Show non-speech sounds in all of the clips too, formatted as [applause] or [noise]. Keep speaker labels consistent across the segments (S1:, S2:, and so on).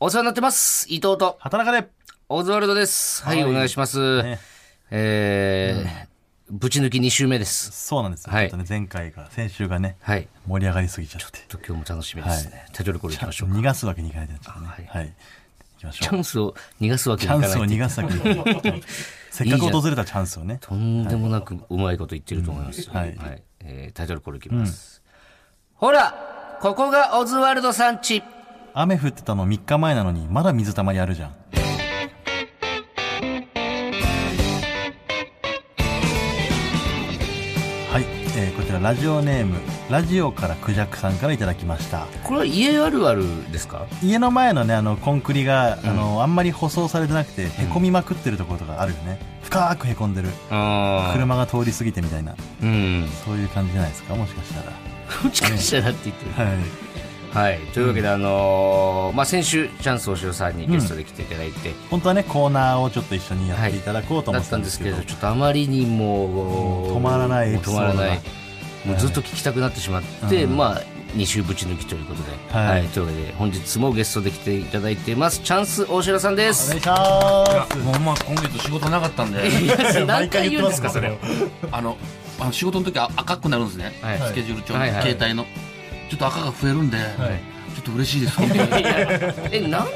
S1: お世話になってます。伊藤と、
S2: 働かれ
S1: オズワルドです。はい、
S2: はい
S1: お願いします。
S2: ね
S1: えー、ぶち抜き2週目です。
S2: そうなんですよ、
S1: はい
S2: ちょっとね前回が先週がね
S1: はい。
S2: 盛り上がりすぎちゃって
S1: ちょっと今日も楽しみですね。タイトルコールいきましょうか。
S2: 逃がすわけにいかないってなっちゃってねはい、いきまし
S1: チ
S2: ょ
S1: ャ
S2: う
S1: ンスを逃がすわけ
S2: チ
S1: にいか
S2: ャン
S1: [laughs] ないっ
S2: ス
S1: て
S2: を逃がすわけにいかないはいせっかく訪れたチャンスをね
S1: とんでもなくうまいこと言ってると思います。
S2: はい
S1: えータイトルコールいきます。ほらここがオズワルドさんち
S2: 雨降ってたの3日前なのにまだ水たまりあるじゃんはい、えーこちらラジオネームラジオからクジャクさんからいただきました
S1: これは家あるあるですか
S2: 家の前のねあのコンクリが、あのあんまり舗装されてなくてへこみまくってるところとかあるよね、深くへこんでる
S1: あー。
S2: 車が通り過ぎてみたいな
S1: うん。
S2: そういう感じじゃないですかもしかしたら
S1: [laughs] もしかしたらって言ってる。
S2: はい
S1: はい、というわけで、あのーまあ、先週チャンスおしおさんにゲストで来ていただいて、
S2: 本当はねコーナーをちょっと一緒にやっていただこうと
S1: だ
S2: 思っ
S1: ってた
S2: た
S1: ん
S2: ん
S1: で
S2: ですす
S1: け
S2: け
S1: ど
S2: ど、
S1: ちょっとあまりにも
S2: うん止まらない
S1: もう
S2: エピソ
S1: 止
S2: ード
S1: まら
S2: が
S1: ないもうずっと聞きたくなってしまって、まあ2週ぶち抜きということで、は
S2: はいい
S1: というわけで本日もゲストで来ていただいていますチャンス大城さんで
S2: お願
S1: す
S2: いしま
S3: もうまあ今月仕事なかったんで [laughs]
S1: いや
S2: す
S1: 何回言うんですか
S2: [laughs] 毎
S1: それ
S2: 回
S1: を
S2: 言ってます
S3: あのあの仕事の時は赤くなるんですね、
S1: はい
S3: スケジュール帳の、
S1: はいはい
S3: 携帯のちょっと赤が増えるんで、
S2: い
S3: ちょっと嬉 [laughs] しいです本当にい
S1: いや [laughs] えなんで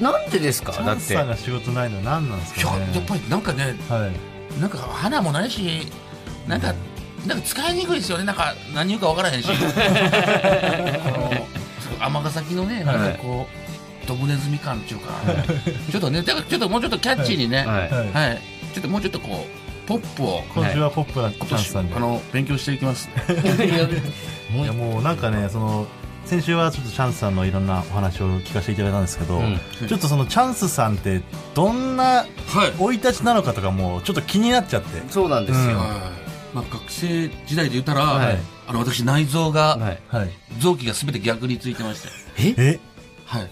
S1: なんでですか
S2: チ
S1: だ
S2: ャン
S1: っ
S2: ス
S1: て
S2: さんが仕事ないのは何なんです
S3: や
S2: かね
S3: やっぱりなんかね
S2: はい
S3: なんか花もないしなんか、なんか使いにくいですよねなんか何言うかわから [laughs] へんしあの尼崎のねなんかこう、ドブネズミ感っていう [laughs] か、ちょっとねだからちょっともうちょっとキャッチーにね、はい
S1: はい
S2: はい
S3: ちょっともうちょっとこうポップを
S2: 今週はポップなチ
S3: 今
S2: ャンス
S3: 年
S2: さんで
S3: あの勉強 [laughs] していきます
S1: いや
S2: いやもうなんかねその先週はちょっとチャンスさんのいろんなお話を聞かせていただいたんですけど、
S1: うん
S2: ちょっとそのチャンスさんってどんな
S3: はい
S2: 生い立ちなのかとかもうちょっと気になっちゃって
S1: そうなんですよ、
S2: うん
S3: はいまあ、学生時代で言ったら、
S1: はい
S3: あの私内臓が、
S1: はい、
S2: はい
S3: 臓器が全て逆についてまして
S2: え
S3: はい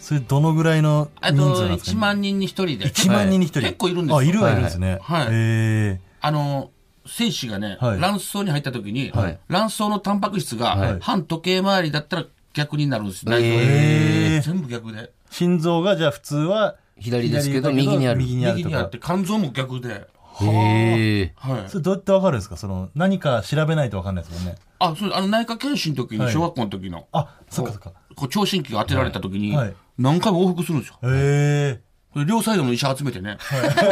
S2: それどのぐらいの
S3: あ
S2: 人数
S3: と
S2: なんです
S3: 1
S2: か、ね、
S3: 万人に1人で
S2: 1万人に1人、
S3: 結構いるんですよ
S2: あいるはいるんですね
S3: はいはい
S2: え
S3: あの精子がね、
S2: はい
S3: 卵巣に入った時に、
S1: はい
S3: 卵巣のタンパク質が、
S2: はい
S3: 反時計回りだったら逆になるんです内臓が
S2: へー
S3: 全部逆で
S2: 心臓がじゃあ普通は
S1: 左ですけど右にある
S2: 右にある
S3: 右
S2: と
S3: にあっ
S2: か
S3: て肝臓も逆で
S1: へえ
S3: はい
S2: それどうやってわかるんですかその何か調べないとわかんないですもんね
S3: あそうあの内科検診の時に、
S2: はい
S3: 小学校の時の
S2: あそっかそっか
S3: こう聴診器が当てられた時に、
S2: はいはい
S3: 何回も往復するんですよ
S2: ええ
S3: これ両サイドの医者集めてね。 [laughs] あちょっと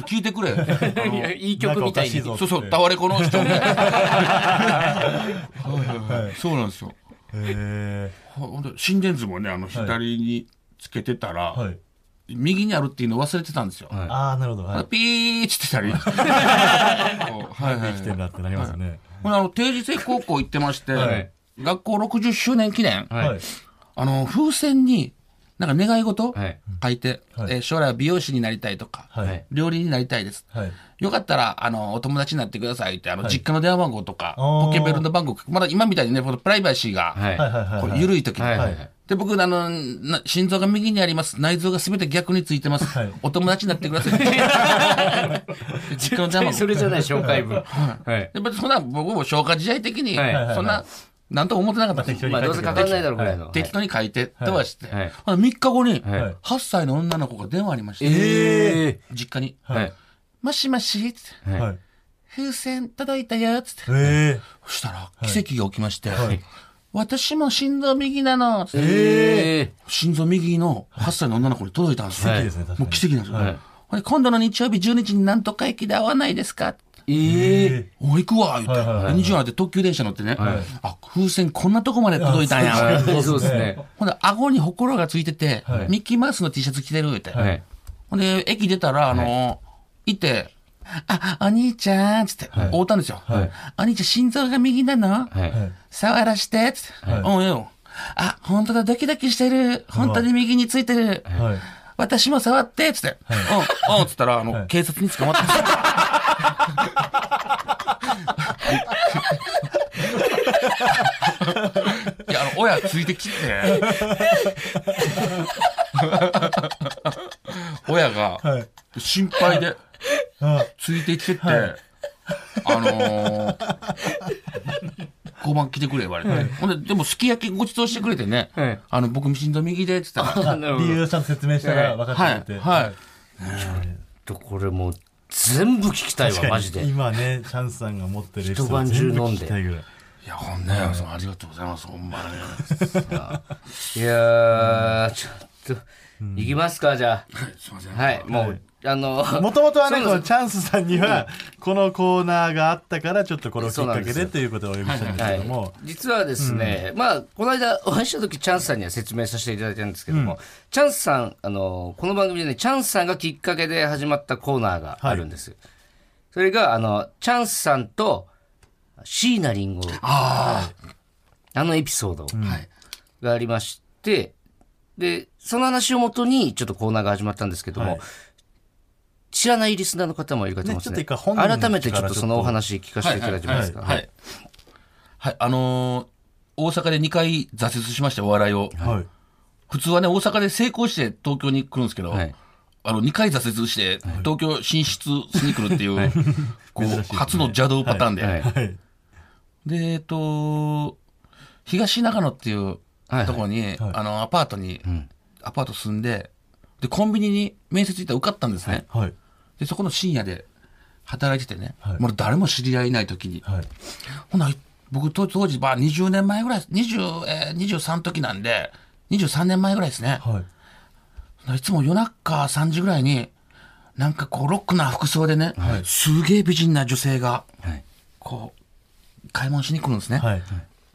S3: 聞いてくれ。
S1: [laughs]
S3: あの
S1: いやいい曲みたいに
S2: なんかおかしいぞ
S3: そうそう、タワレコの人ね。
S1: [laughs]
S3: はいはいはいそうなんですよ。
S2: え
S3: ほほんで心電図もね、あの、左につけてたら、
S2: えはい
S3: 右にあるっていうの忘れてたんですよ。
S1: はい
S2: ああなるほどはい
S3: ピーッつってたり。そう [laughs] はいは
S2: 生
S3: い
S2: きてるなってなりますよね
S3: ほんであの、定時制高校行ってまして、
S1: はい
S3: 学校60周年記念、
S1: はい
S2: はい
S3: あの、風船に、なんか願い事
S1: はい
S3: 書いて、
S2: はい
S3: えー将来は美容師になりたいとか、
S2: はい
S1: はい
S3: 料理人になりたいです。
S2: はい
S3: よかったら、あの、お友達になってくださいって、あの、
S2: はい
S3: 実家の電話番号とか、
S2: あー
S3: ポケベルの番号、まだ今みたいにね、このプライバシーが、
S1: はい
S2: はいはいはい
S3: こ
S2: は
S3: れ
S2: い
S3: 緩い時に、
S1: はいはい
S2: はい
S3: で、僕、あの、な心臓が右にあります。内臓が全て逆についてます。
S2: はい
S3: お友達になってく
S1: [laughs]
S3: ださい。
S1: はい。
S3: 実家の電話番
S1: そ
S3: 号。
S1: れじゃない紹介文。はい。
S3: で、別にそんな、僕も消化試合的に、
S1: はいはい
S2: はい
S3: そんな、なんとも思ってなかったんですよ。
S1: まあどうせかかんないだろうぐらいの。
S3: 適当に書いて、飛ばして、
S1: はい
S3: ほんで3日後に、
S1: はい
S2: はい
S3: 8歳の女の子が電話ありまして、
S1: ええ
S3: 実家に、
S1: ー。はい。
S3: もしもしって
S1: はい
S2: はい
S3: 風船届いたよつって。
S2: え
S3: そしたら、奇跡が起きまして、
S2: はい
S3: 私も心臓右なの、つって
S1: え
S3: 心臓右の8歳の女の子に届いたんですよ。
S2: はい奇跡ですね確かに
S3: もう奇跡なんですよ。
S1: はい
S3: ほいで今度の日曜日12時になんとか駅で会わないですか
S1: えええ
S3: おい行くわ言って、
S2: はいはいはい
S3: 20になって特急電車乗ってね、
S1: はい
S3: あ、風船こんなとこまで届いたんや。
S2: あ
S1: はいそ
S2: そうう
S1: で
S2: ですす
S1: ね
S2: ね。
S3: ほんで、顎にほこらがついてて、
S2: はい
S3: ミッキーマウスの T シャツ着てる言って。
S1: はい。
S3: ほんで、駅出たら、あのいて、あ、お兄ちゃんつって、会うたんですよ。
S2: はい
S3: お兄ちゃん、心臓が右なの
S1: は。
S2: えはいい
S3: 触らしてつって、
S2: はい
S3: うんよ。あ、本当だ、ドキドキしてる。本当に右についてる。
S2: はい
S3: 私も触ってつって、うん、うん、つったら、あの、
S2: はい
S3: 警察に捕まったんですよ。いや、あの、親ついて
S2: [laughs]
S3: きて。親が、
S2: はい
S3: 心配で、
S2: あ
S3: ついてきてって、あのー交番来てくれ言われて。ほんで、でもすき焼きごちそうしてくれてね。
S1: はい
S3: あの、僕、心臓右でって言ったら。
S1: あなるほ
S2: 理
S1: ど
S2: 由をちゃんと説明した
S1: [laughs]
S2: ら分か
S3: は
S2: ってくれ
S3: い。
S2: て。
S3: はい。
S1: とこれもう全部聞きたいわ
S2: 確か
S1: マ
S2: に
S1: ジで
S2: 今ね、チャンスさんが持ってるエピソード
S1: 一晩中
S2: 全部
S1: 飲ん
S2: 聞
S1: で
S2: きたいぐらい。
S3: いや、ほんね、そのありがとうございます、ほんまに。
S1: いやーちょっと行きますかじゃ
S3: すいません。
S1: あはいもうあの
S2: もともとはね、
S1: そう
S2: こ
S1: なん
S2: の
S1: です
S2: チャンスさんには、このコーナーがあったから、ちょっとこれをきっか
S1: そ
S2: け
S1: うなん
S2: で
S1: です
S2: ということをお呼びしたんです
S1: は
S2: け
S1: い
S2: ども、、
S1: 実はですね、まあこの間 [laughs] お会いした時チャンスさんには説明させていただいたんですけども、チャンスさんあのこの番組でねチャンスさんがきっかけで始まったコーナーがあるんです、それがあのチャンスさんと椎名林檎
S3: あ
S1: あのエピソード
S3: あ。はい。
S1: がありまして、でその話をもとにちょっとコーナーが始まったんですけども、
S2: はい
S1: 知らないリスナーの方もいるかと思いますね
S2: ねちょっと一回本人の口から
S1: 改めてちょっとそのお話聞かせていただけますか、
S3: はい。はい。はいあのー、大阪で2回挫折しました、お笑いを。
S2: はい。
S3: 普通はね、大阪で成功して東京に来るんですけど、
S1: はい
S3: あの、2回挫折して、東京進出しに来るっていう、こう、初の邪道パターンで。
S1: はいはい
S2: はい。
S3: で、えっと、東中野っていう
S1: いはい
S3: ところに、あの、アパートに、アパート住んで、で、コンビニに面接行ったら受かったんですね。
S2: はい。
S3: で、そこの深夜で働いててね、
S2: はい
S3: まだ誰も知り合いいない時に、
S2: はい。
S3: ほな、僕と当時、まあ20年前ぐらい、20、えー、23時なんで、23年前ぐらいですね。
S2: はい。
S3: いつも夜中3時ぐらいに、なんかこう、ロックな服装でね、すげえ美人な女性が、
S1: はい
S3: こう、買い物しに来るんですね。
S2: はい。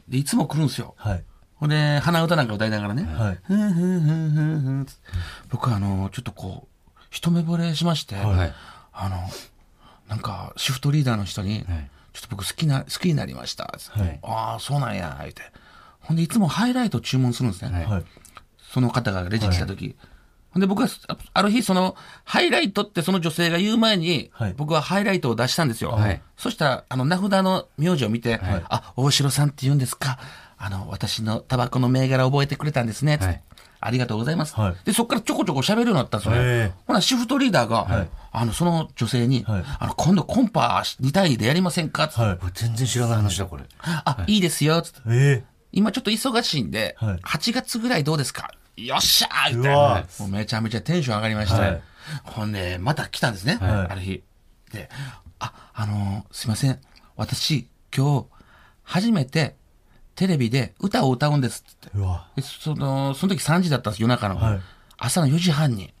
S3: で、いつも来るんですよ。
S2: はい。
S3: ほんで、鼻歌なんか歌いながらね、
S2: はい。
S3: ふんふんふんふんふんつって僕はあの、ちょっとこう、一目惚れしまして、
S1: はい
S3: あの、なんか、シフトリーダーの人に、
S1: はい
S3: ちょっと僕好きな、好きになりました。つって
S2: はい
S3: ああ、そうなんや、言うて。ほんで、いつもハイライト注文するんですね。
S2: はい。
S3: その方がレジ来た時。ほんで、僕は、あある日、その、ハイライトってその女性が言う前に、
S2: はい
S3: 僕はハイライトを出したんですよ。
S1: はい
S3: そしたら、あの、名札の名字を見て、あ、大城さんって言うんですか。あの、私のタバコの銘柄覚えてくれたんですね。つって
S1: はい
S3: ありがとうございます。
S2: はい
S3: で、そこからちょこちょこ喋るようになったんですよね。
S2: へえ
S3: ほな、シフトリーダーが、
S2: はい
S3: あの、その女性に、
S2: はい
S3: あの、今度コンパ2対2でやりませんかつって、
S2: はい
S1: こ。れ全然知らない話だこれ
S3: あ、い、いですよ。つって
S2: え
S3: 今ちょっと忙しいんで、
S2: はい
S3: 8月ぐらいどうですかよっしゃーみ
S2: う
S3: たいな
S2: わ。
S3: もうめちゃめちゃテンション上がりまして。
S2: はい
S3: ほんで、また来たんですね、
S2: はい
S3: ある日。で、あ、あのーすいません。私、今日、初めて、テレビで歌を歌うんですって
S2: え。うわ。
S3: でその、その時3時だったんです、夜中の。
S2: はい
S3: 朝の4時半に、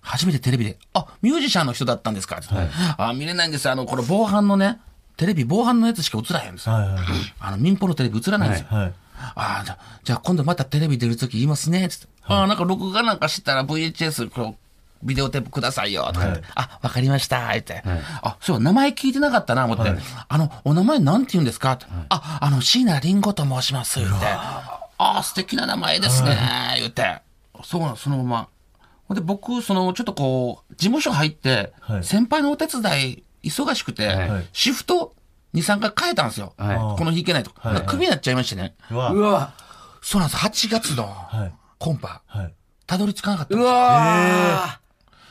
S3: 初めてテレビで、あ、ミュージシャンの人だったんですかって、あ、見れないんです。あの、これ防犯のね、テレビ防犯のやつしか映らへんんですよ。
S2: はいはい
S3: あの、民放のテレビ映らないんですよ。
S2: はい。はい。
S3: ああ、じゃあ、じゃあ今度またテレビ出るとき言いますね、つって。ああ、なんか録画なんかしてたら VHS、こう、ビデオテープくださいよ、とか言って。
S2: はい
S3: あ、わかりました、言って。あ、そう、名前聞いてなかったな、思って。あの、お名前なんて言うんですか、ってあ、あの、椎名林檎と申します、言って。ああ、素敵な名前ですね、言って。そうなの、そのまま。ほんで、僕、その、ちょっとこう、事務所入って、
S2: はい
S3: 先輩のお手伝い、忙しくて、
S2: はい
S3: シフト2、3回変えたんですよ。
S1: はい
S2: あー
S3: この日いけないと。
S2: はい
S3: クビになっちゃいましてね。
S2: うわ。
S1: うわ
S3: そうなんです。8月の
S2: はい。
S3: コンパ、
S2: はい。
S3: たどり着かなかったん
S1: う
S3: ですよ。
S1: わ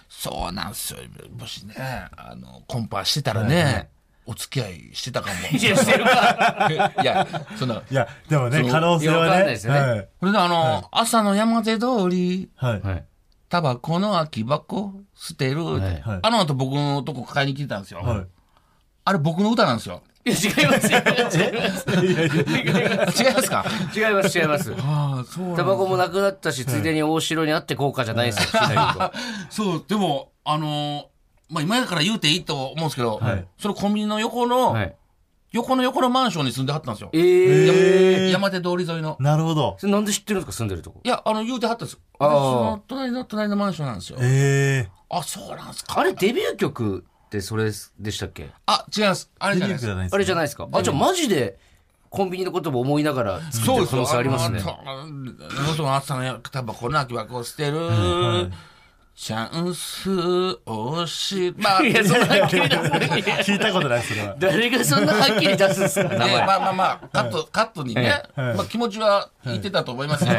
S3: そうなんですよ。もしね、あの、コンパしてたらね、お付き合いしてたかも。
S1: いやしてるか
S3: [laughs] いや、そんな。
S2: いや、でもね
S3: そ、う
S2: 可能性
S1: い
S2: はね。
S1: やわかんないですよね
S2: はい。
S3: これであの、朝の山手通り、
S2: はい。
S1: はい
S3: タバコの空き箱捨てる、
S1: い
S2: はい
S3: あの後僕のとこ買いに来てたんですよ。
S2: は
S3: あれ僕の歌なんですよ。
S1: いや違います違います
S2: い。いやいや
S3: 違いますか
S1: 違います違います
S3: ああ、そうなん
S1: タバコもなくなったし、ついでに大城に会ってこうかじゃないですよ、椎名林檎
S3: そう、でも、あのまあ、今やから言うていいと思うんですけど、
S2: はい
S3: そのコンビニの横の、
S1: はい。
S3: 横の横のマンションに住んではったんですよ。
S1: ええ
S2: えー
S3: 山手通り沿いの。
S2: なるほど。
S1: それなんで知ってるんですか、住んでるとこ。
S3: いや、あの、言うてはったんですよ。で
S1: あ
S3: そ
S1: ー
S3: の隣の隣のマンションなんですよ。
S2: ええ。
S3: あ、そうなんですか。
S1: あれ、デビュー曲ってそれでしたっけ
S3: あ、違います。あれじゃないです。
S2: ない
S1: あれじゃ
S2: ない
S1: ないですか。あ、じゃあマジでコンビニのことも思いながら作って
S3: そう
S1: る
S3: です
S1: 可能性ありますね。
S3: その朝のタバコの空き箱を捨てる、チャンスをし、まあ、
S2: [laughs]
S1: いや、そんなはっきり出す
S2: ですか。聞いたことない、それは。
S1: 誰がそんなはっきり出すんですか、名
S3: で
S1: 前。
S3: まあまあまあ、カット、カットにね、
S2: はい
S3: まあ気持ちは言ってたと思いますよ。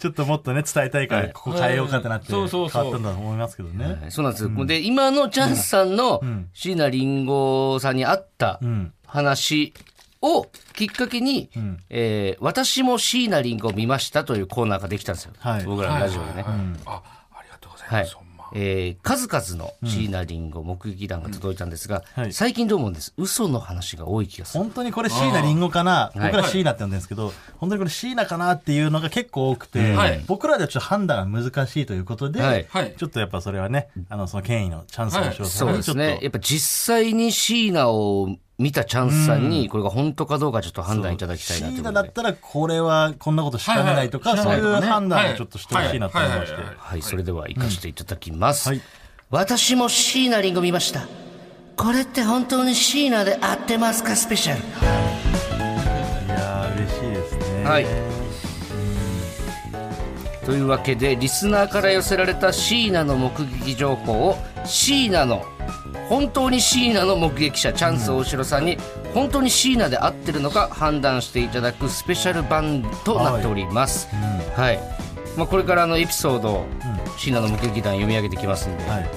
S2: ちょっともっとね、伝えたいから、ここ変えようかってなって、
S3: そ
S2: 変
S3: う
S2: わ
S3: そう
S2: っ
S3: そう
S2: たんだと思いますけどね。
S1: そうなんですよ。で、今のチャンスさんの椎名林檎さんに会った
S2: ん
S1: 話をきっかけに、えー私も椎名林檎を見ましたというコーナーができたんですよ。
S2: はい
S1: 僕らのラジオでね。
S3: あ、ありがとうござい
S1: は
S3: ま
S1: い
S3: す。ほんま。
S1: えー数々の椎名林檎目撃談が届いたんですが、
S2: うんはい
S1: 最近どう思うんです嘘の話が多い気がする。
S2: 本当にこれ椎名林檎かな僕ら
S1: はい
S2: 椎名って呼んでるんですけど、本当にこれ椎名かなっていうのが結構多くて、
S3: はい
S2: 僕らではちょっと判断が難しいということで、
S1: はい
S3: はい
S2: ちょっとやっぱそれはね、あの、その権威のチャンスの証
S1: そうですね。やっぱ実際に椎名を見たチャンスさんに、これが本当かどうかちょっと判断いただきたいなと
S2: シ
S1: い
S2: ー
S1: う
S2: ナ
S1: こ
S2: だ
S1: と
S2: っ
S1: で。
S2: たらこれはこんなことしかねないとか、
S3: はい
S2: そう
S3: はいいう
S2: 判断をちょっとしてほしいなと思いまして。
S3: はいはいはいはい
S1: はい、それでは行かせていただきます。
S2: はい
S1: 私も椎名林檎見ました。これって本当に椎名で合ってますかスペシャル。
S2: いやー嬉しいですね。
S1: はい。というわけでリスナーから寄せられた椎名の目撃情報を椎名の本当に椎名の目撃者チャンス大城さんに本当に椎名で合ってるのか判断していただくスペシャル版となっております。はい、まあ、これからあのエピソードを椎名の目撃談読み上げてきますんで、
S2: はい。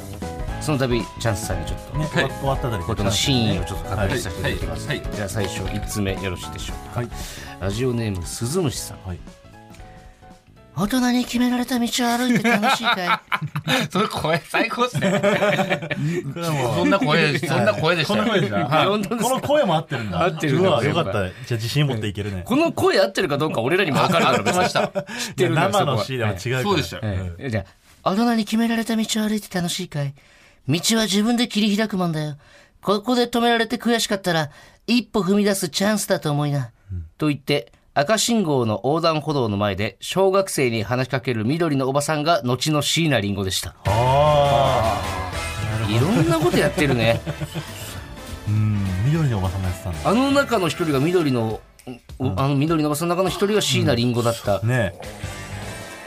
S1: その度チャンスさんにちょっと
S2: ね、終わ終わったあたりで
S1: ことの真意をちょっと確認させていただきます、
S3: はいはいはい
S1: じゃあ最初1つ目よろしいでしょうか
S2: はい。
S1: ラジオネーム鈴虫さん
S2: はい。
S1: 大人に決められた道を歩いて楽しいかい
S3: [laughs] それ声最高ですね。そんな声、そんな声でしたよ。
S2: こんな声でした
S3: はい
S1: 本当です
S2: この声も合ってるんだ。
S1: 合ってるん
S2: う
S1: だ
S2: わ、よ
S1: や
S2: か
S1: っ
S2: っ
S1: ぱ
S2: た。じゃあ自信持っていけるね。
S1: [laughs] この声合ってるかどうか俺らにも分かるから
S3: 出 [laughs] ました。
S1: 知ってるんだよ
S2: 生
S1: そこ
S2: の
S1: は
S2: シーンは違うから。
S3: そうでしたよ。
S1: ええじゃあ大人に決められた道を歩いて楽しいかい道は自分で切り開くもんだよここで止められて悔しかったら一歩踏み出すチャンスだと思いな、と言って赤信号の横断歩道の前で小学生に話しかける緑のおばさんが後の椎名林檎でした
S2: あ
S1: いろんなことやってるね
S2: あ。うん、緑のおばさんがやってたんだ。
S1: あの中の一人が緑のおあの緑のおばさんの中の一人が椎名林檎だった、
S2: ね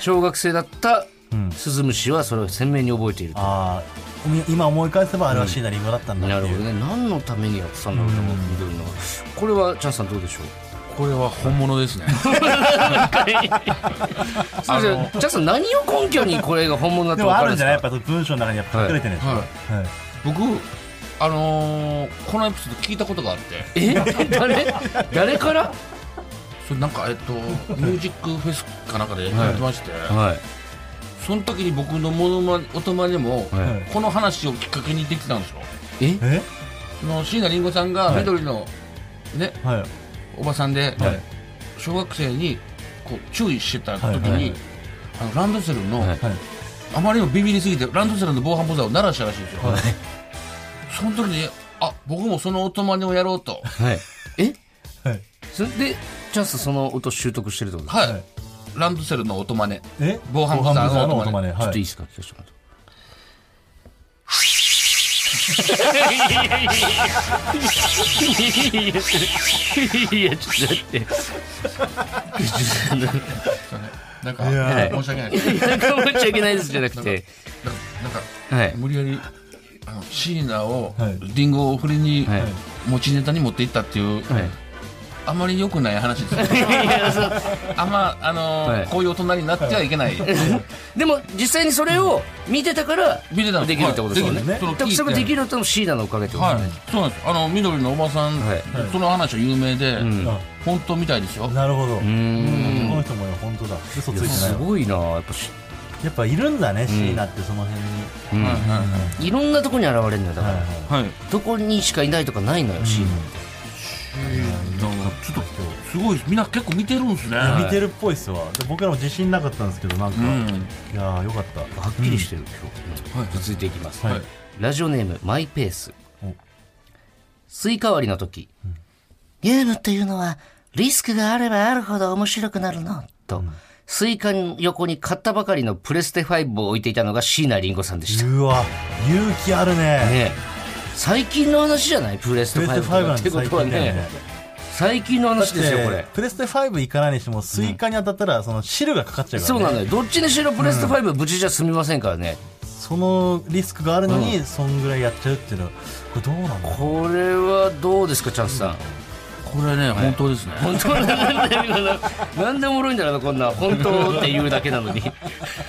S1: 小学生だった
S2: うん
S1: 鈴虫はそれを鮮明に覚えていると、
S2: ああ。み今思い返せばあれは椎名林檎だったんだ
S1: な
S2: っ
S1: る
S2: て
S1: ほ
S2: い
S1: ど
S2: う。
S1: ね何のためにやってたんだろうと思う緑のこれはチャンスさんどうでしょう
S3: これは本物ですね。
S1: そうですねチャンスさん何を根拠にこれが本物だ
S2: で
S1: と
S2: も
S1: 分
S2: あ
S1: か
S2: る
S1: る
S2: ん
S1: ん
S2: じ
S1: で
S2: ゃ
S1: すか
S2: ないやっぱ文章の中にやっぱ隠れてるんでしょ。
S3: はい
S2: はい。
S3: 僕、あのー、このエピソード聞いたことがあって、
S1: え誰誰から
S3: それなんか、えっと、ミュージックフェスかなんかでやってまして、
S1: はい
S3: その時に僕のモノマネ、音マネも、
S1: は
S3: この話をきっかけにできたんですよ。
S1: え
S2: え
S3: その椎名林檎さんが
S2: はい
S3: 緑の、ね、
S2: はい。
S3: おばさんで、
S2: はい
S3: 小学生にこう注意してた時に、
S2: はい
S1: はい
S3: あのランドセルの、
S1: はい
S2: はい。
S3: あまりにもビビりすぎてランドセルの防犯ブザーを鳴らしたらしいんですよ、
S2: はい
S3: その時にあ僕もその音真似をやろうと
S1: はいえ
S2: はい。
S1: それでチャンスその音習得してるってことですか
S3: は
S2: は
S3: い、
S2: い
S3: ランドセルの音真似
S2: え
S3: 防犯ブザーの
S2: の音
S3: 音ま
S2: まで。
S1: ちょっ
S2: は
S1: といい
S2: い。
S1: ですか聞かせてもらっていやいやいやいやいやいやいやいやちょっと待って
S3: なんか
S2: いや
S3: 申し訳ないです
S1: なんか思っちゃいけないですじゃなくて
S3: なんかなんか
S1: はい
S3: 無理やりあの椎名を、
S2: はい
S3: リンゴを振りに、
S1: はい
S3: 持ちネタに持っていったっていう、
S1: はい
S3: あまり良くない話
S1: [laughs]
S3: ですね
S1: いやそう
S3: あんまあのー
S1: はい
S3: こういう大人になってはいけない、
S1: でも実際にそれを見てたから
S3: 見てたの
S1: できるってことですよね
S3: はいきる
S1: 多分それができるのとも椎名のおかげってことです
S3: は
S1: ね
S3: い、そうなんです。あの緑のおばさん、
S1: はい
S3: その話は有名で、
S1: うん
S2: あ
S3: 本当みたいですよ。
S2: なるほど。こ
S1: うーん
S2: の人も本当だ。嘘ついてない
S1: す
S2: わ。
S1: ごいなやっぱし
S2: やっぱいるんだね、椎名ってその辺
S1: う
S2: に。
S1: ん
S3: はいはい
S1: ろんなとこに現れるんだよだ
S2: は
S1: か
S2: いは
S1: ら
S2: い。
S3: いはい。
S1: どこにしかいないとかないのよ椎名
S3: なんかちょっとすごいですみんな結構見てるんですね。
S2: 見てるっぽいっすわで僕らも自信なかったんですけどなんか、
S3: うん。
S2: いやーよかった
S1: はっきりしてる、今日、続いていきます、
S2: はい
S1: ラジオネームマイペース
S2: お
S1: スイカ割りの時、ゲームっていうのはリスクがあればあるほど面白くなるのと、スイカの横に買ったばかりのプレステ5を置いていたのが椎名林檎さんでした、
S2: うわ勇気あるね
S1: ねえ最近の話じゃないプレス
S2: プ
S1: テ
S2: レステ
S1: 5とか
S2: 5
S1: っ
S2: なんて
S1: てこ
S2: 最
S1: とは
S2: 近
S1: ね
S2: だよね
S1: 最近の話ですよこ
S2: だっ
S1: れ
S2: てプレステ5行かないにしてもスイカに当たったらその汁がかかっちゃうから、
S1: そ
S2: ね
S1: うなのよどっちにしろプレステ5は無事じゃ済みませんからね、
S2: そのリスクがあるのに、そんぐらいやっちゃうっていうのはこれどうなんだろう
S1: これはどうですかチャンスさん
S3: これね、本当ですね。
S1: 本当なんだよなんでおもろいんだろうなこんな本当っていうだけなのに、
S3: こ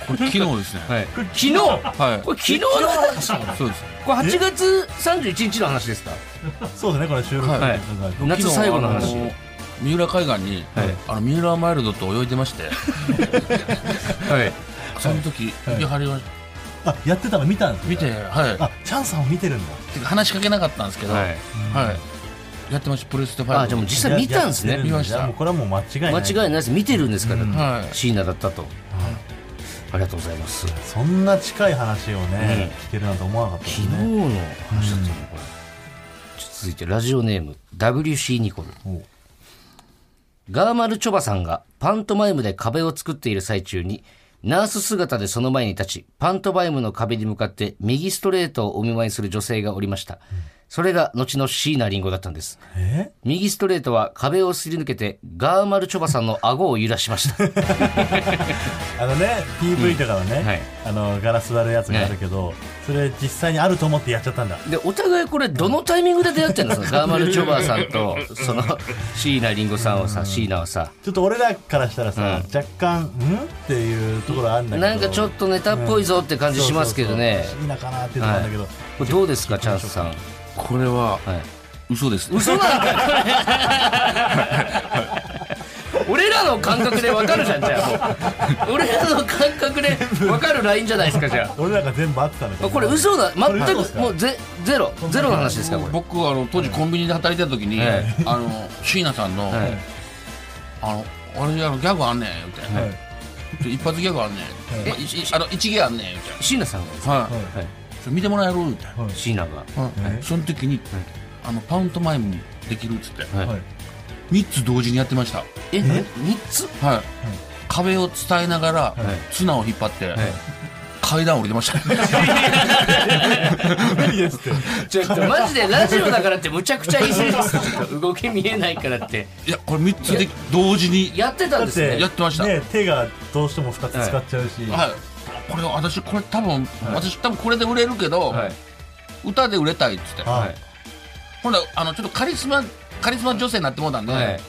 S3: れ昨日ですね。
S1: はい、昨日、
S3: はい
S1: これ昨日の話
S3: そうです。
S1: これ8月31日の話ですか
S2: そうですね、これ収録
S3: はい
S2: はい
S1: 夏最後の話
S3: 昨日あ三浦海岸に、あの三浦マイルドと泳いでまして、
S1: はい
S3: その時、指張りを
S2: あ、やってたの見たんですね
S3: 見て、はい。
S2: あ、チャンさんを見てるんだ。
S3: てか話しかけなかったんですけど、
S1: は
S3: はいい。やってました、プレステ5。
S1: あじゃあもう実際見たんですね
S2: ややってるだ
S3: 見ました
S2: もうこれはもう間違いない。
S1: 間違いないです見てるんですから、
S3: はい
S1: 椎名だったと、ありがとうございます
S2: そんな近い話をね、
S1: う
S2: 聞けるなんて思わなかったで
S1: 昨
S2: す
S1: 日
S2: ね。
S1: の話だったのこれ、続いてラジオネーム WC ニコル
S2: お
S1: ガーマルチョバさんがパントマイムで壁を作っている最中に、ナース姿でその前に立ち、パントマイムの壁に向かって右ストレートをお見舞いする女性がおりました。それが後の椎名林檎だったんです。
S2: え
S1: 右ストレートは壁をすり抜けて、ガーマルチョバさんの顎を揺らしました。
S2: あのね、PV とかはね、
S1: はい
S2: あの、ガラス割るやつがあるけど、それ実際にあると思ってやっちゃったんだ。
S1: で、お互いこれどのタイミングで出会ってんのそのガーマルチョバさんと、その椎名林檎さんをさ、椎名はさ、
S2: ちょっと俺らからしたらさ、若干、んっていうところあるんだけど。
S1: なんかちょっと
S2: と
S1: ネタっぽいぞって感じしますけどね。
S2: いいなかなっていうところなんだけど、
S1: これどうですか、チャンスさん。
S3: これは、
S1: はい
S3: 嘘です、ね。
S1: 嘘なんだよこれ俺らの感覚でわかるじゃんじゃあもう俺らの感覚でわかるラインじゃないですかじゃ
S2: 俺らが全部合ってたの
S1: あ
S2: か
S1: これ嘘だ全
S2: これ嘘です
S1: く
S2: か
S1: もうゼゼロゼロの話ですかこれ
S3: 僕あの当時コンビニで働いてた時に、
S1: え
S3: あの椎名さんの「
S1: はい
S3: あの俺あのギャグあんねん」言うて、
S2: はい
S3: ちょ一発ギャグあんねん」
S1: え
S3: まあいちあの一芸あんねん」言うて
S1: 椎名さんが
S3: 「は
S2: はい
S3: い、
S1: はい
S3: ちょ見てもらえる?」みたい
S2: は
S1: 椎名が
S3: な、はいその時に、あのパウントマイムできるっつって、
S1: はい
S2: いはい
S3: 三3つ同時にやってましたはい
S1: え三つ
S3: 壁を伝えながら、綱を引っ張って、階段降りてました
S2: 無理ですって
S1: ちょっとマジでラジオだからってむちゃくちゃ言い過ぎですちょっと動き見えないからって
S3: いやこれ3つで同時に
S1: やってたんですね
S3: やってました
S2: ね手がどうしても2つ使っちゃうし、
S3: はいこれ私これ多分、私多分これで売れるけど、
S1: はい
S3: 歌で売れたいっつって、
S2: は
S1: はい
S2: い
S3: ほんであのちょっとカリスマカリスマ女性になってもうたんで、
S1: はい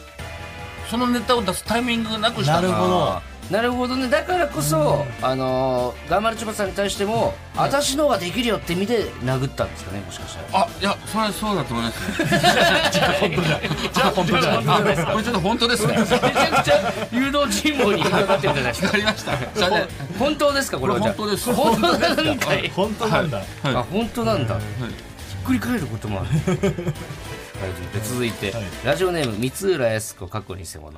S3: そのネタを出すタイミングなくした
S2: な
S3: か
S2: る
S3: ら
S2: ほど
S1: なるほどねだからこそ、あのー、ガンマルチョバさんに対しても、私の方ができるよって意味で殴ったんですかねもしかしたら
S3: あいやそれはそうだと思い
S1: [laughs]
S3: ますね
S1: じゃあ本当じゃ
S3: あこれちょっと本当ですねわ
S1: めちゃくちゃ誘導尋問に引っかかってるじゃないですか
S3: かりましたじゃあね
S1: [laughs] 本当ですかこれはじゃあ
S3: これ本当で
S1: 本当な
S3: す
S1: んかい
S2: 本当なんだ、
S3: はい
S1: あ本当なんだ、ひっくり返ること [laughs] もあるで続いて、
S2: はい
S1: ラジオネーム三浦靖子過去偽物、
S2: い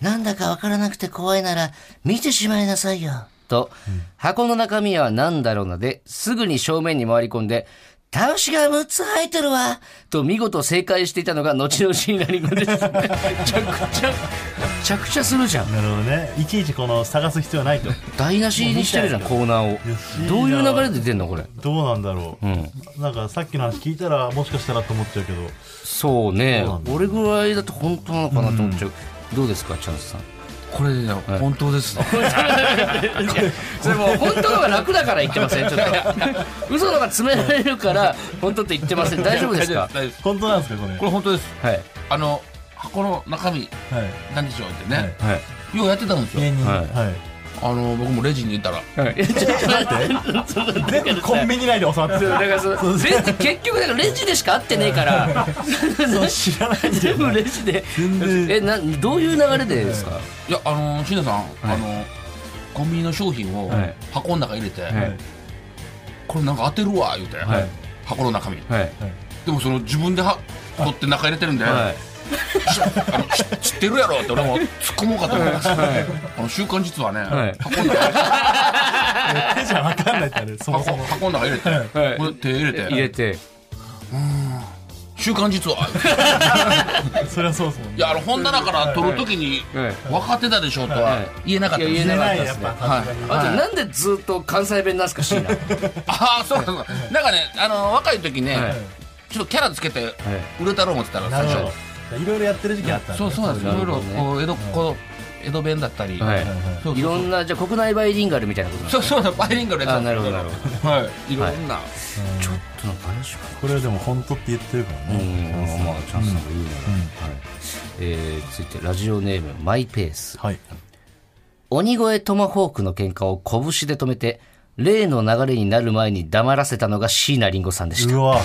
S1: なんだかわからなくて怖いなら見てしまいなさいよと、箱の中身は何だろうなですぐに正面に回り込んで倒しが6つ入ってるわと見事正解していたのが後々になりまです [laughs] めちゃくちゃめちゃくちゃするじゃん
S2: なるほどねいちいちこの探す必要ないと
S1: 台無しにしてるじゃんコーナー
S2: やしい
S1: を
S2: な
S1: どういう流れで出んのこれ
S2: どうなんだろう、なんかさっきの話聞いたらもしかしたらと思っちゃうけど
S1: そうね
S2: そうなんだ
S1: 俺ぐらいだと本当なのかなと思っちゃう、どうですかチャン [laughs] スさん
S3: これね本当ですね
S1: それもう本当の方が楽だから言ってませんちょっ [laughs] と嘘の方が詰められるから本当って言ってません大丈夫ですか
S3: 大丈夫です
S2: 本当なんですかこれ
S3: これ本当です
S1: はい
S3: あの箱の中身
S2: はい
S3: 何でしょうってね、
S1: はい
S3: ようやってたんです
S2: 家
S3: よ
S2: に
S1: は
S2: はいい、
S3: あの僕もレジにいたら
S1: はい、ちょっと待って [laughs]
S2: 全部コンビニ内で収まって
S1: だ
S2: る
S1: からそのレジ結局だからレジでしか会ってねえから
S2: そう知らないんだ
S1: 全
S2: よ
S1: 部
S2: な
S1: レジで
S2: 全然
S1: えなどういう流れでですか、
S3: いやあの椎名さん、あのコンビニの商品を
S1: はい
S3: 箱の中入れて、
S1: はい
S3: これなんか当てるわ言うて、
S1: はい
S3: 箱の中身
S1: はい
S3: でもその自分では取って中入れてるんで、
S1: はい
S3: あの知知ってるやろって俺も突っ込もうかと思いました、あの週刊実はね、
S1: はい
S3: 箱の中
S2: 手じゃ分かんないってあれそもそ [laughs]
S3: 箱
S2: も
S3: 箱の中入れて、
S1: はい
S3: これ手入れて
S1: 入れて
S3: 週刊実は
S2: そりゃそうですもん
S3: い
S2: ね
S3: やあの本棚から取るときに
S1: はい
S3: 分かってたでしょうとは言えなかったです
S1: い
S3: ね、
S1: や
S2: 出
S1: 言
S2: な
S1: え
S2: い
S1: なか
S2: や
S1: っ
S2: ったぱ
S1: っ
S3: はい
S2: さすがに
S1: あとなんでずっと関西弁なんすか椎名はい
S3: [laughs] ああそうかそうかなんかねあの若い時ね、
S1: はい
S3: ちょっとキャラつけて売れたろう思ってたら
S2: な
S3: 最
S2: る
S3: 初
S2: ほどいろいろやってる時期あったんだ
S3: そうそうなんです
S1: な
S3: よい
S1: る
S3: ろい
S1: ほどね
S3: ろこう江戸っ子江戸弁だったり、
S1: はい
S3: そうそうそう
S1: いろんなじゃあ国内バイリンガルみたいなことなんです
S3: そう
S1: ね
S3: そうそうバイリンガルのや
S1: あ
S3: つ
S1: なるほどなるほ
S3: はいいろんな、
S1: ちょっとなんかあれでしょ
S2: これはでも本当って言ってるから
S1: う
S2: ね。
S1: んまあチャンスの方がいいね、はいえー、続いてラジオネームマイペース
S2: はい。
S1: 鬼越トマホークの喧嘩を拳で止めて例の流れになる前に黙らせたのが椎名林檎さんでし
S2: うわ、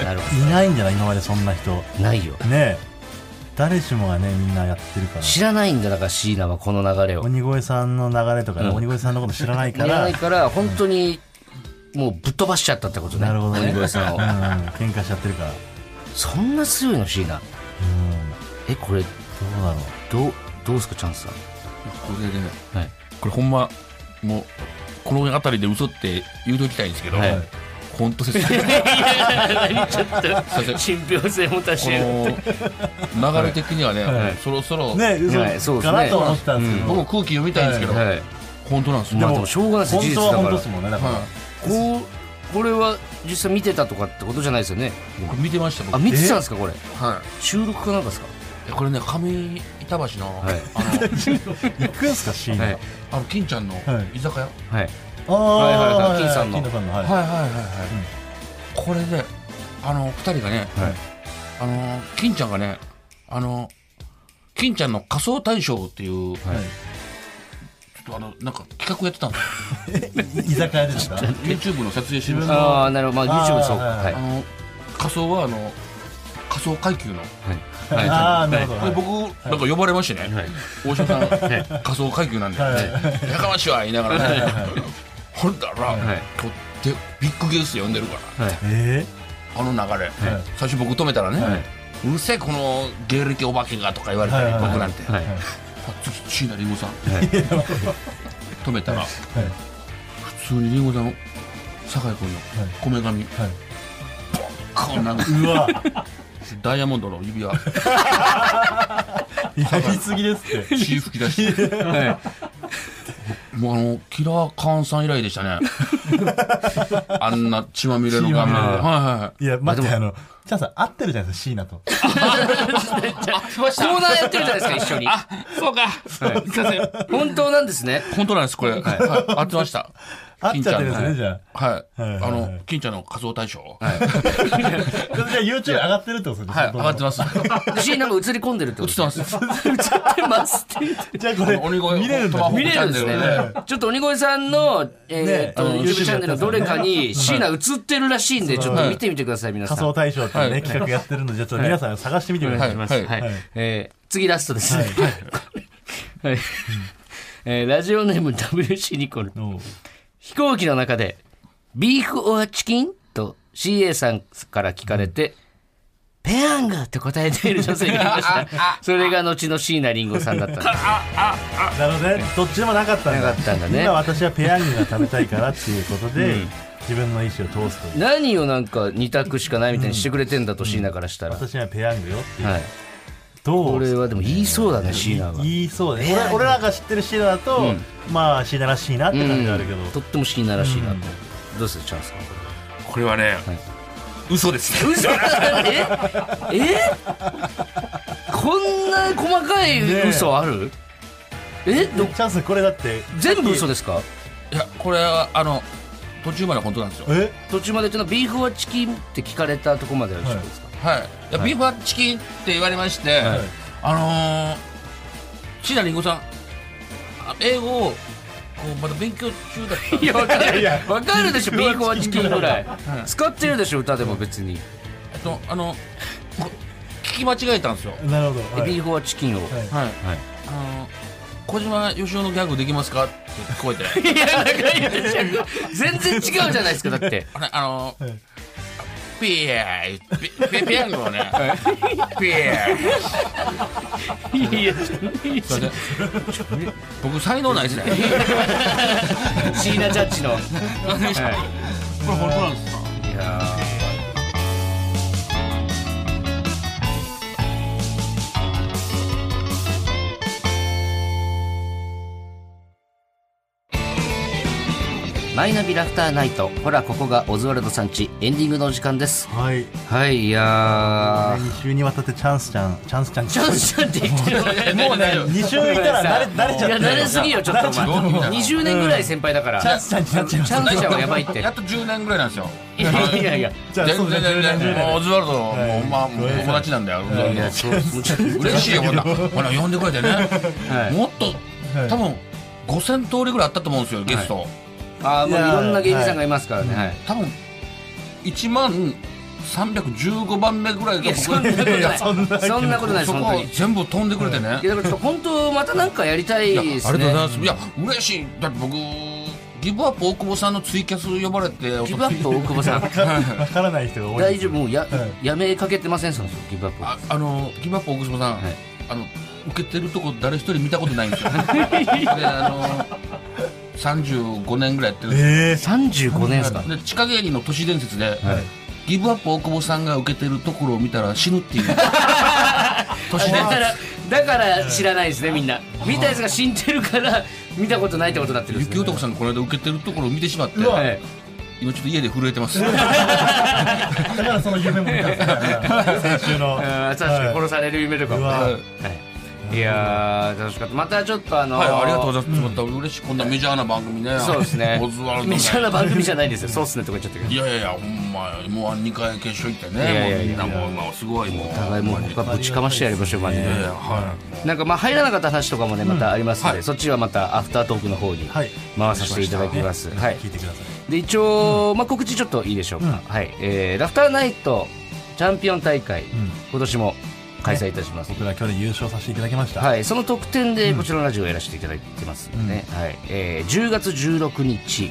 S1: たなるほ
S2: いないんじゃない今までそんな人。ね
S1: どないよ
S2: え。誰しもがね、みんなやってるから。
S1: 知らないんだだから椎名はこの流れを
S2: 鬼越さんの流れとかね、鬼越さんのこと知らない
S1: 知
S2: からら、
S1: な
S2: う
S1: い
S2: ん
S1: から本当にもうぶっ飛ばしちゃったってことね
S2: なるほど
S1: 鬼
S2: ね
S1: 越さんを
S2: 喧嘩しちゃってるから。うん、
S1: そんな強いの椎名えこれ
S2: どうだろう。
S1: どうどうすかチャンスさ
S3: これでね
S1: んはい
S3: これほんまもうこの辺りで嘘って言うときたいんですけど、
S1: はい
S3: 本
S1: [laughs]
S3: 当ですね
S1: ちょっと信憑性も足
S3: この流れ的にはね、
S2: はい
S3: そろそろ、
S2: ね
S1: はい
S2: 嘘
S1: そうです
S2: か
S1: ね
S2: なと思ったんですけど、
S3: 僕も空気読みたいんですけど、
S1: はい
S3: 本当なんですよ
S1: まあでもしょうがないです
S2: 本
S1: 事
S2: 当は
S1: 実だか
S2: 本
S1: ら
S2: 当ですもんねだから、
S3: は
S1: こうこれは実際見てたとかってことじゃないですよね
S3: い、これ見てました僕
S1: あ見てたんですかこれ
S3: は
S1: 収録かなんかですか
S3: い、これね上板橋の,、
S1: はい
S2: 行くんすかシーン、
S1: はい
S3: あの金ちゃんの
S2: はい
S3: 居酒屋、
S1: はい
S2: ああ
S1: はいはい金さんの
S2: 金さんのはい、
S3: はいはいはいはい、これであの二人がね、
S1: はい
S3: あの金ちゃんがねあの金ちゃんの仮装大賞っていう、
S1: はい
S3: ちょっとあのなんか企画やってたんですよ
S2: 居酒屋でした
S3: YouTube の撮影して
S2: 自
S3: る
S2: 分の
S1: ああなるほどまあ
S2: あー
S1: YouTube そうか
S2: はい
S1: はい
S3: あの仮装はあの仮装階級の、
S1: はい
S2: ああなるほど、
S3: これ僕なんか呼ばれましてね、
S1: はい
S3: 大島さん、仮装階級なんで、やかましいわ言いながらね、ほんだら、
S1: はい
S3: とってビッグゲスト呼んでるから
S2: え
S3: あの流れ、最初僕止めたらね、
S2: はいう
S3: るせえこの芸歴お化けがとか言われたり、
S2: はいはいはい
S3: 僕なんて、
S1: はい
S3: あ次椎名林檎さん、
S1: い
S3: 止めたら、
S2: はい
S3: 普通に林檎さんを酒井君のこめかみ
S2: ー、はい
S3: こんなんか
S2: うわ
S3: ダイヤモンドの指
S2: [laughs]
S3: 輪
S2: やりすぎですって
S3: 血吹き出して
S1: はい
S3: もうあのキラーカーンさん以来でしたねあんな血まみれの
S2: 血ま
S3: 画面
S2: み
S1: れ
S3: はい
S2: や待ってあのチャンさん合ってるじゃないですかシーナと
S3: いはいあ来まし
S1: コーナーやってるじゃないですか一緒に
S3: あそうか
S1: はい本当なんですね
S3: 本当なんですこれ、はい、合ってました
S2: 合っちゃってるんですね、
S3: 金ち
S2: じゃ
S3: はい、
S2: はいはいはい
S3: あの金ちゃんの仮装大賞はい、
S2: あじゃあ YouTube 上がってるってことですね、
S3: 上がってます映
S1: シーナも映り込んでるってこ
S3: っ
S1: と
S3: てます
S1: 映ってますって言って
S2: じゃあこ
S3: あの
S2: れ
S3: 鬼越
S2: 見れるんだ
S1: 見れるんですねちょっと鬼越さんのえーっと
S2: ねえ
S1: YouTube チャンネルのどれかにシーナ映ってるらしいんでちょっと見てみてください皆さ
S2: 仮
S1: ん
S2: 想大賞っていうね、
S3: はい
S2: 企画やってるのでじゃあちょっと皆さん探してみてください、
S3: はい
S1: はい。えー次ラストですね。 [laughs] はい。えーラジオネーム WC ニコル。
S2: おう
S1: 飛行機の中で、ビーフオアチキンと CA さんから聞かれて、ペヤングって答えている女性がい [laughs] ました。それが後の椎名林檎さんだ [laughs] ったんだ。
S2: なるほどねどっちでもなかったんだ
S1: なかったんだね
S2: 今私はペヤングが食べたいからっていうことで、自分の意思を通すという
S1: 何をなんか二択しかないみたいにしてくれてんだと椎名からしたら。は
S2: 私にはペヤングよっていう、
S1: い。
S2: どう
S1: これはでも言いそうだね、椎名が。
S2: 言いそうね俺俺らが知ってるシーナだと、まあシーナらしいなって感じがあるけど、
S1: とっても椎名らしいなと。どうするチャンスか
S3: これはね、嘘ですね
S1: 嘘だええこんな細かい嘘ある、えど
S2: チャンスこれだって
S1: 全部嘘ですか
S3: いやこれはあの途中まで本当なんですよ
S2: え
S1: 途中までってのはビーフはチキンって聞かれたとこまであるんですか、
S3: はいいやビーフはチキンって言われまして、
S2: はい
S3: あのー、椎名林檎さんあ英語をこうまだ勉強中だったん
S1: い、
S3: で
S1: やわか
S2: い
S1: る
S2: や
S1: わかるでしょビーフはチキンぐらい
S3: い
S1: 使ってるでしょ歌でも別に、
S3: えっ [laughs] とあのこ聞き間違えたんですよ
S2: なるほど、は
S1: ビ
S2: い
S1: ーフはチキンを、
S2: はい
S3: はい、あの小島よしおのギャグできますかって聞こえて
S1: いやなんかいや全然違うじゃないですかだって
S3: あれあの
S2: はい
S3: ピエーピピピアノをねピエー
S1: いや
S3: すいません僕才能ないですねこ
S1: シーナジャッジの、は
S3: れ本当なんですか
S1: い、いやーマイナビラフターナイトほらここがオズワルドさんちエンディングのお時間です
S2: はい。
S1: はいいやー
S2: 2週にわたってチャンスちゃん、チャンスちゃん。
S1: チャンスちゃんって言ってるのね
S3: もうね
S2: 2週いたら慣れ慣れち
S1: い
S2: ゃ
S1: や
S2: って。
S1: 慣れすぎよちょ
S2: [laughs]
S1: っとお前
S3: どう見たの
S1: 20年ぐらい先輩だから
S2: チャンスちゃんになっちゃいまし
S1: チャン
S2: た。
S1: スちゃんはやばいって
S3: やっと10年ぐらいなんですよ。
S1: いやいやいや
S2: じゃあ、
S3: 全
S2: そ
S3: 然
S2: うじゃ
S3: 全
S2: あ10
S3: 然
S2: 年ぐらい
S3: もうオズワルドも
S2: は
S3: う
S2: い
S3: まあもう友達なんだよ。オズワル
S1: い
S3: ド
S1: やそうもうちょっと
S3: 嬉しいよこんなほら呼んでくれてね。
S1: はい
S3: もっと
S2: はい
S3: 多分5000通りぐらいあったと思うんですよゲスト。
S1: あーもうい
S2: いや
S1: ろんな芸人さんがいますからね、はい
S3: 多分1万315番目ぐらい
S1: いや
S3: が
S1: そんなこと
S2: い
S1: な
S2: や
S1: い
S2: そんな
S1: そんなことないです
S3: そこ
S1: 本当に
S3: 全部飛んでくれてね。
S1: いやだからちょっと本当またなんかやりたい
S3: いやあ
S1: で
S3: りが
S1: す
S3: とうござい
S1: ね
S3: ます。いや嬉しい。だって僕ギブアップ大久保さんのツイキャス呼ばれて。
S1: ギブアップ大久保
S3: [laughs]
S1: さん
S2: わからない人が多い。
S1: 大丈夫もうや、
S2: は
S1: やめかけてませんその人ギブアップ
S3: ああのギブアップ大久保さん、
S1: はい
S3: あの受けてるとこ誰一人見たことないんです
S1: [laughs]
S3: よであの35年ぐらいやってるんです
S2: ええ
S1: 35年ですか
S3: で地下芸人の都市伝説で、
S1: い
S3: ギブアップ大久保さんが受けてるところを見たら死ぬっていう
S1: [laughs]
S3: 都市
S1: [laughs] だ
S3: 伝
S1: か
S3: 説
S1: らだから知らないですねみんな見たやつが死んでるから見たことないってことになってるんですね
S3: 雪男さんがこの間受けてるところを見てしまって
S1: は
S3: 今
S1: い
S3: ちょっと家で震え
S1: [laughs]
S3: てます
S2: だからその夢も見たんですね先週の。
S1: うん確かに殺される夢とかもね
S2: うわ
S1: はいいやー楽しかったまたちょっとあの
S3: はい、ありがとうご
S1: ざい
S3: ざいます、また嬉しいこんなメジャーな番組ね
S1: そうですね
S3: オズワルドね
S1: メジャーな番組じゃないですよそうっすねとか言っちゃった
S3: い
S1: けど
S3: やいやいやほんまもう2回決勝行ってね
S1: いやいやいや
S3: もうみんなもう今すごいもう
S1: お互いもうここはぶちかましてやりましょうマジで
S3: いやいやはい
S1: なんかまあ入らなかった話とかもねまたありますの
S3: は
S1: で
S3: い
S1: そっちはまたアフタートークの方に
S2: はい。
S1: 回させていただきます
S2: ね
S1: はい
S2: 聞いてください。
S1: で一応、まあ、告知ちょっといいでしょうか、
S2: うん
S1: はいえーラフターナイトチャンピオン大会、
S2: ん
S1: 今年も開催いたします、
S2: 僕ら去年優勝させていただきました。い。
S1: はい、その特典でこちらのラジオをやらせていただいてますのでね、はいえー10月16日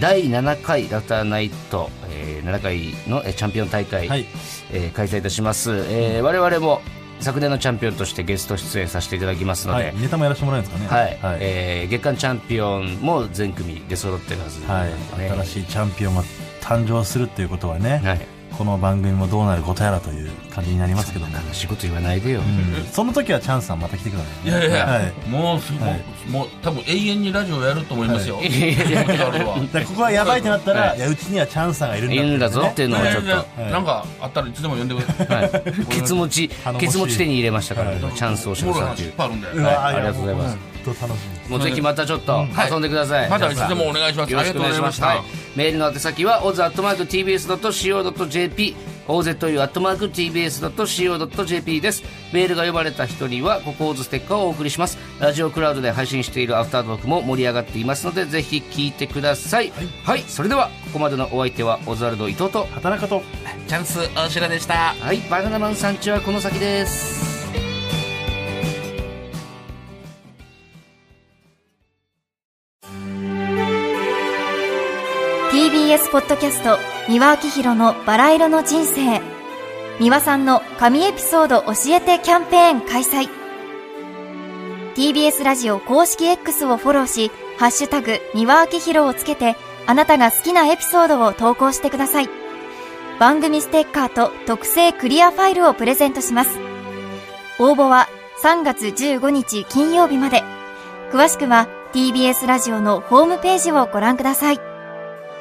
S1: 第7回ラフターナイト、えー7回のえーチャンピオン大会、
S2: はい。
S1: えー開催いたします、えー我々も昨年のチャンピオンとしてゲスト出演させていただきますの
S2: は
S1: で、
S2: い。ネタもやらせてもらえるんですかね。
S1: はい
S2: はい。
S1: えー月間チャンピオンも全組で揃ってるはずなので、
S2: はい。新しいチャンピオンが誕生するっていうことはね、
S1: はい
S2: この番組もどうなることやらという感じになりますけども。
S1: 仕事言わないでよ、
S2: うんその時はチャンスさんまた来てください
S3: い
S2: ね。
S3: やいや、
S2: はい。
S3: もうすご、
S2: はい
S3: もう多分永遠にラジオやると思いますよ、
S1: いやいやいや
S3: オズワルドは
S2: だからここはやばいってなったら、
S1: はい
S2: い、やうちにはチャンスさんがいるんだ
S1: いるんだぞっていうのをちょっ
S3: いやいや
S1: と。
S3: いやなんかあったらいつでも呼んでくだ
S1: は
S3: さい、
S1: い、ケツ持ち
S2: 頼、もしい
S1: ケツ持ち手に入れましたから、
S2: はい
S1: チャンスをし
S3: お
S1: ま
S3: も
S1: し
S3: ろ
S1: たってい
S3: い話いうっ。ぱいあるんで、
S2: うわ
S1: はいありがとうございます
S2: やもう本当楽しみ
S1: もうぜひまたちょっと遊んでください。
S3: またいつでもお願いします
S1: よろしくお願いします。は
S3: あ
S1: い
S3: りがとうございま
S1: メールの宛先は、o z t b s c o j p ozu.tbs.co.jp です。メールが呼ばれた人には、ここオズステッカーをお送りします。ラジオクラウドで配信しているアフタートークも盛り上がっていますので、ぜひ聞いてください。はい、それでは、ここまでのお相手は、オズワルド伊藤と、
S2: 働くと
S3: チャンス大城でした
S1: はい、バナナマンさんちはこの先です。
S4: TBS ポッドキャスト三輪明宏のバラ色の人生三輪さんの神エピソード教えてキャンペーン開催 TBS ラジオ公式 X をフォローし「ハッシュタグ三輪明宏」をつけてあなたが好きなエピソードを投稿してください番組ステッカーと特製クリアファイルをプレゼントします応募は3月15日金曜日まで詳しくは TBS ラジオのホームページをご覧ください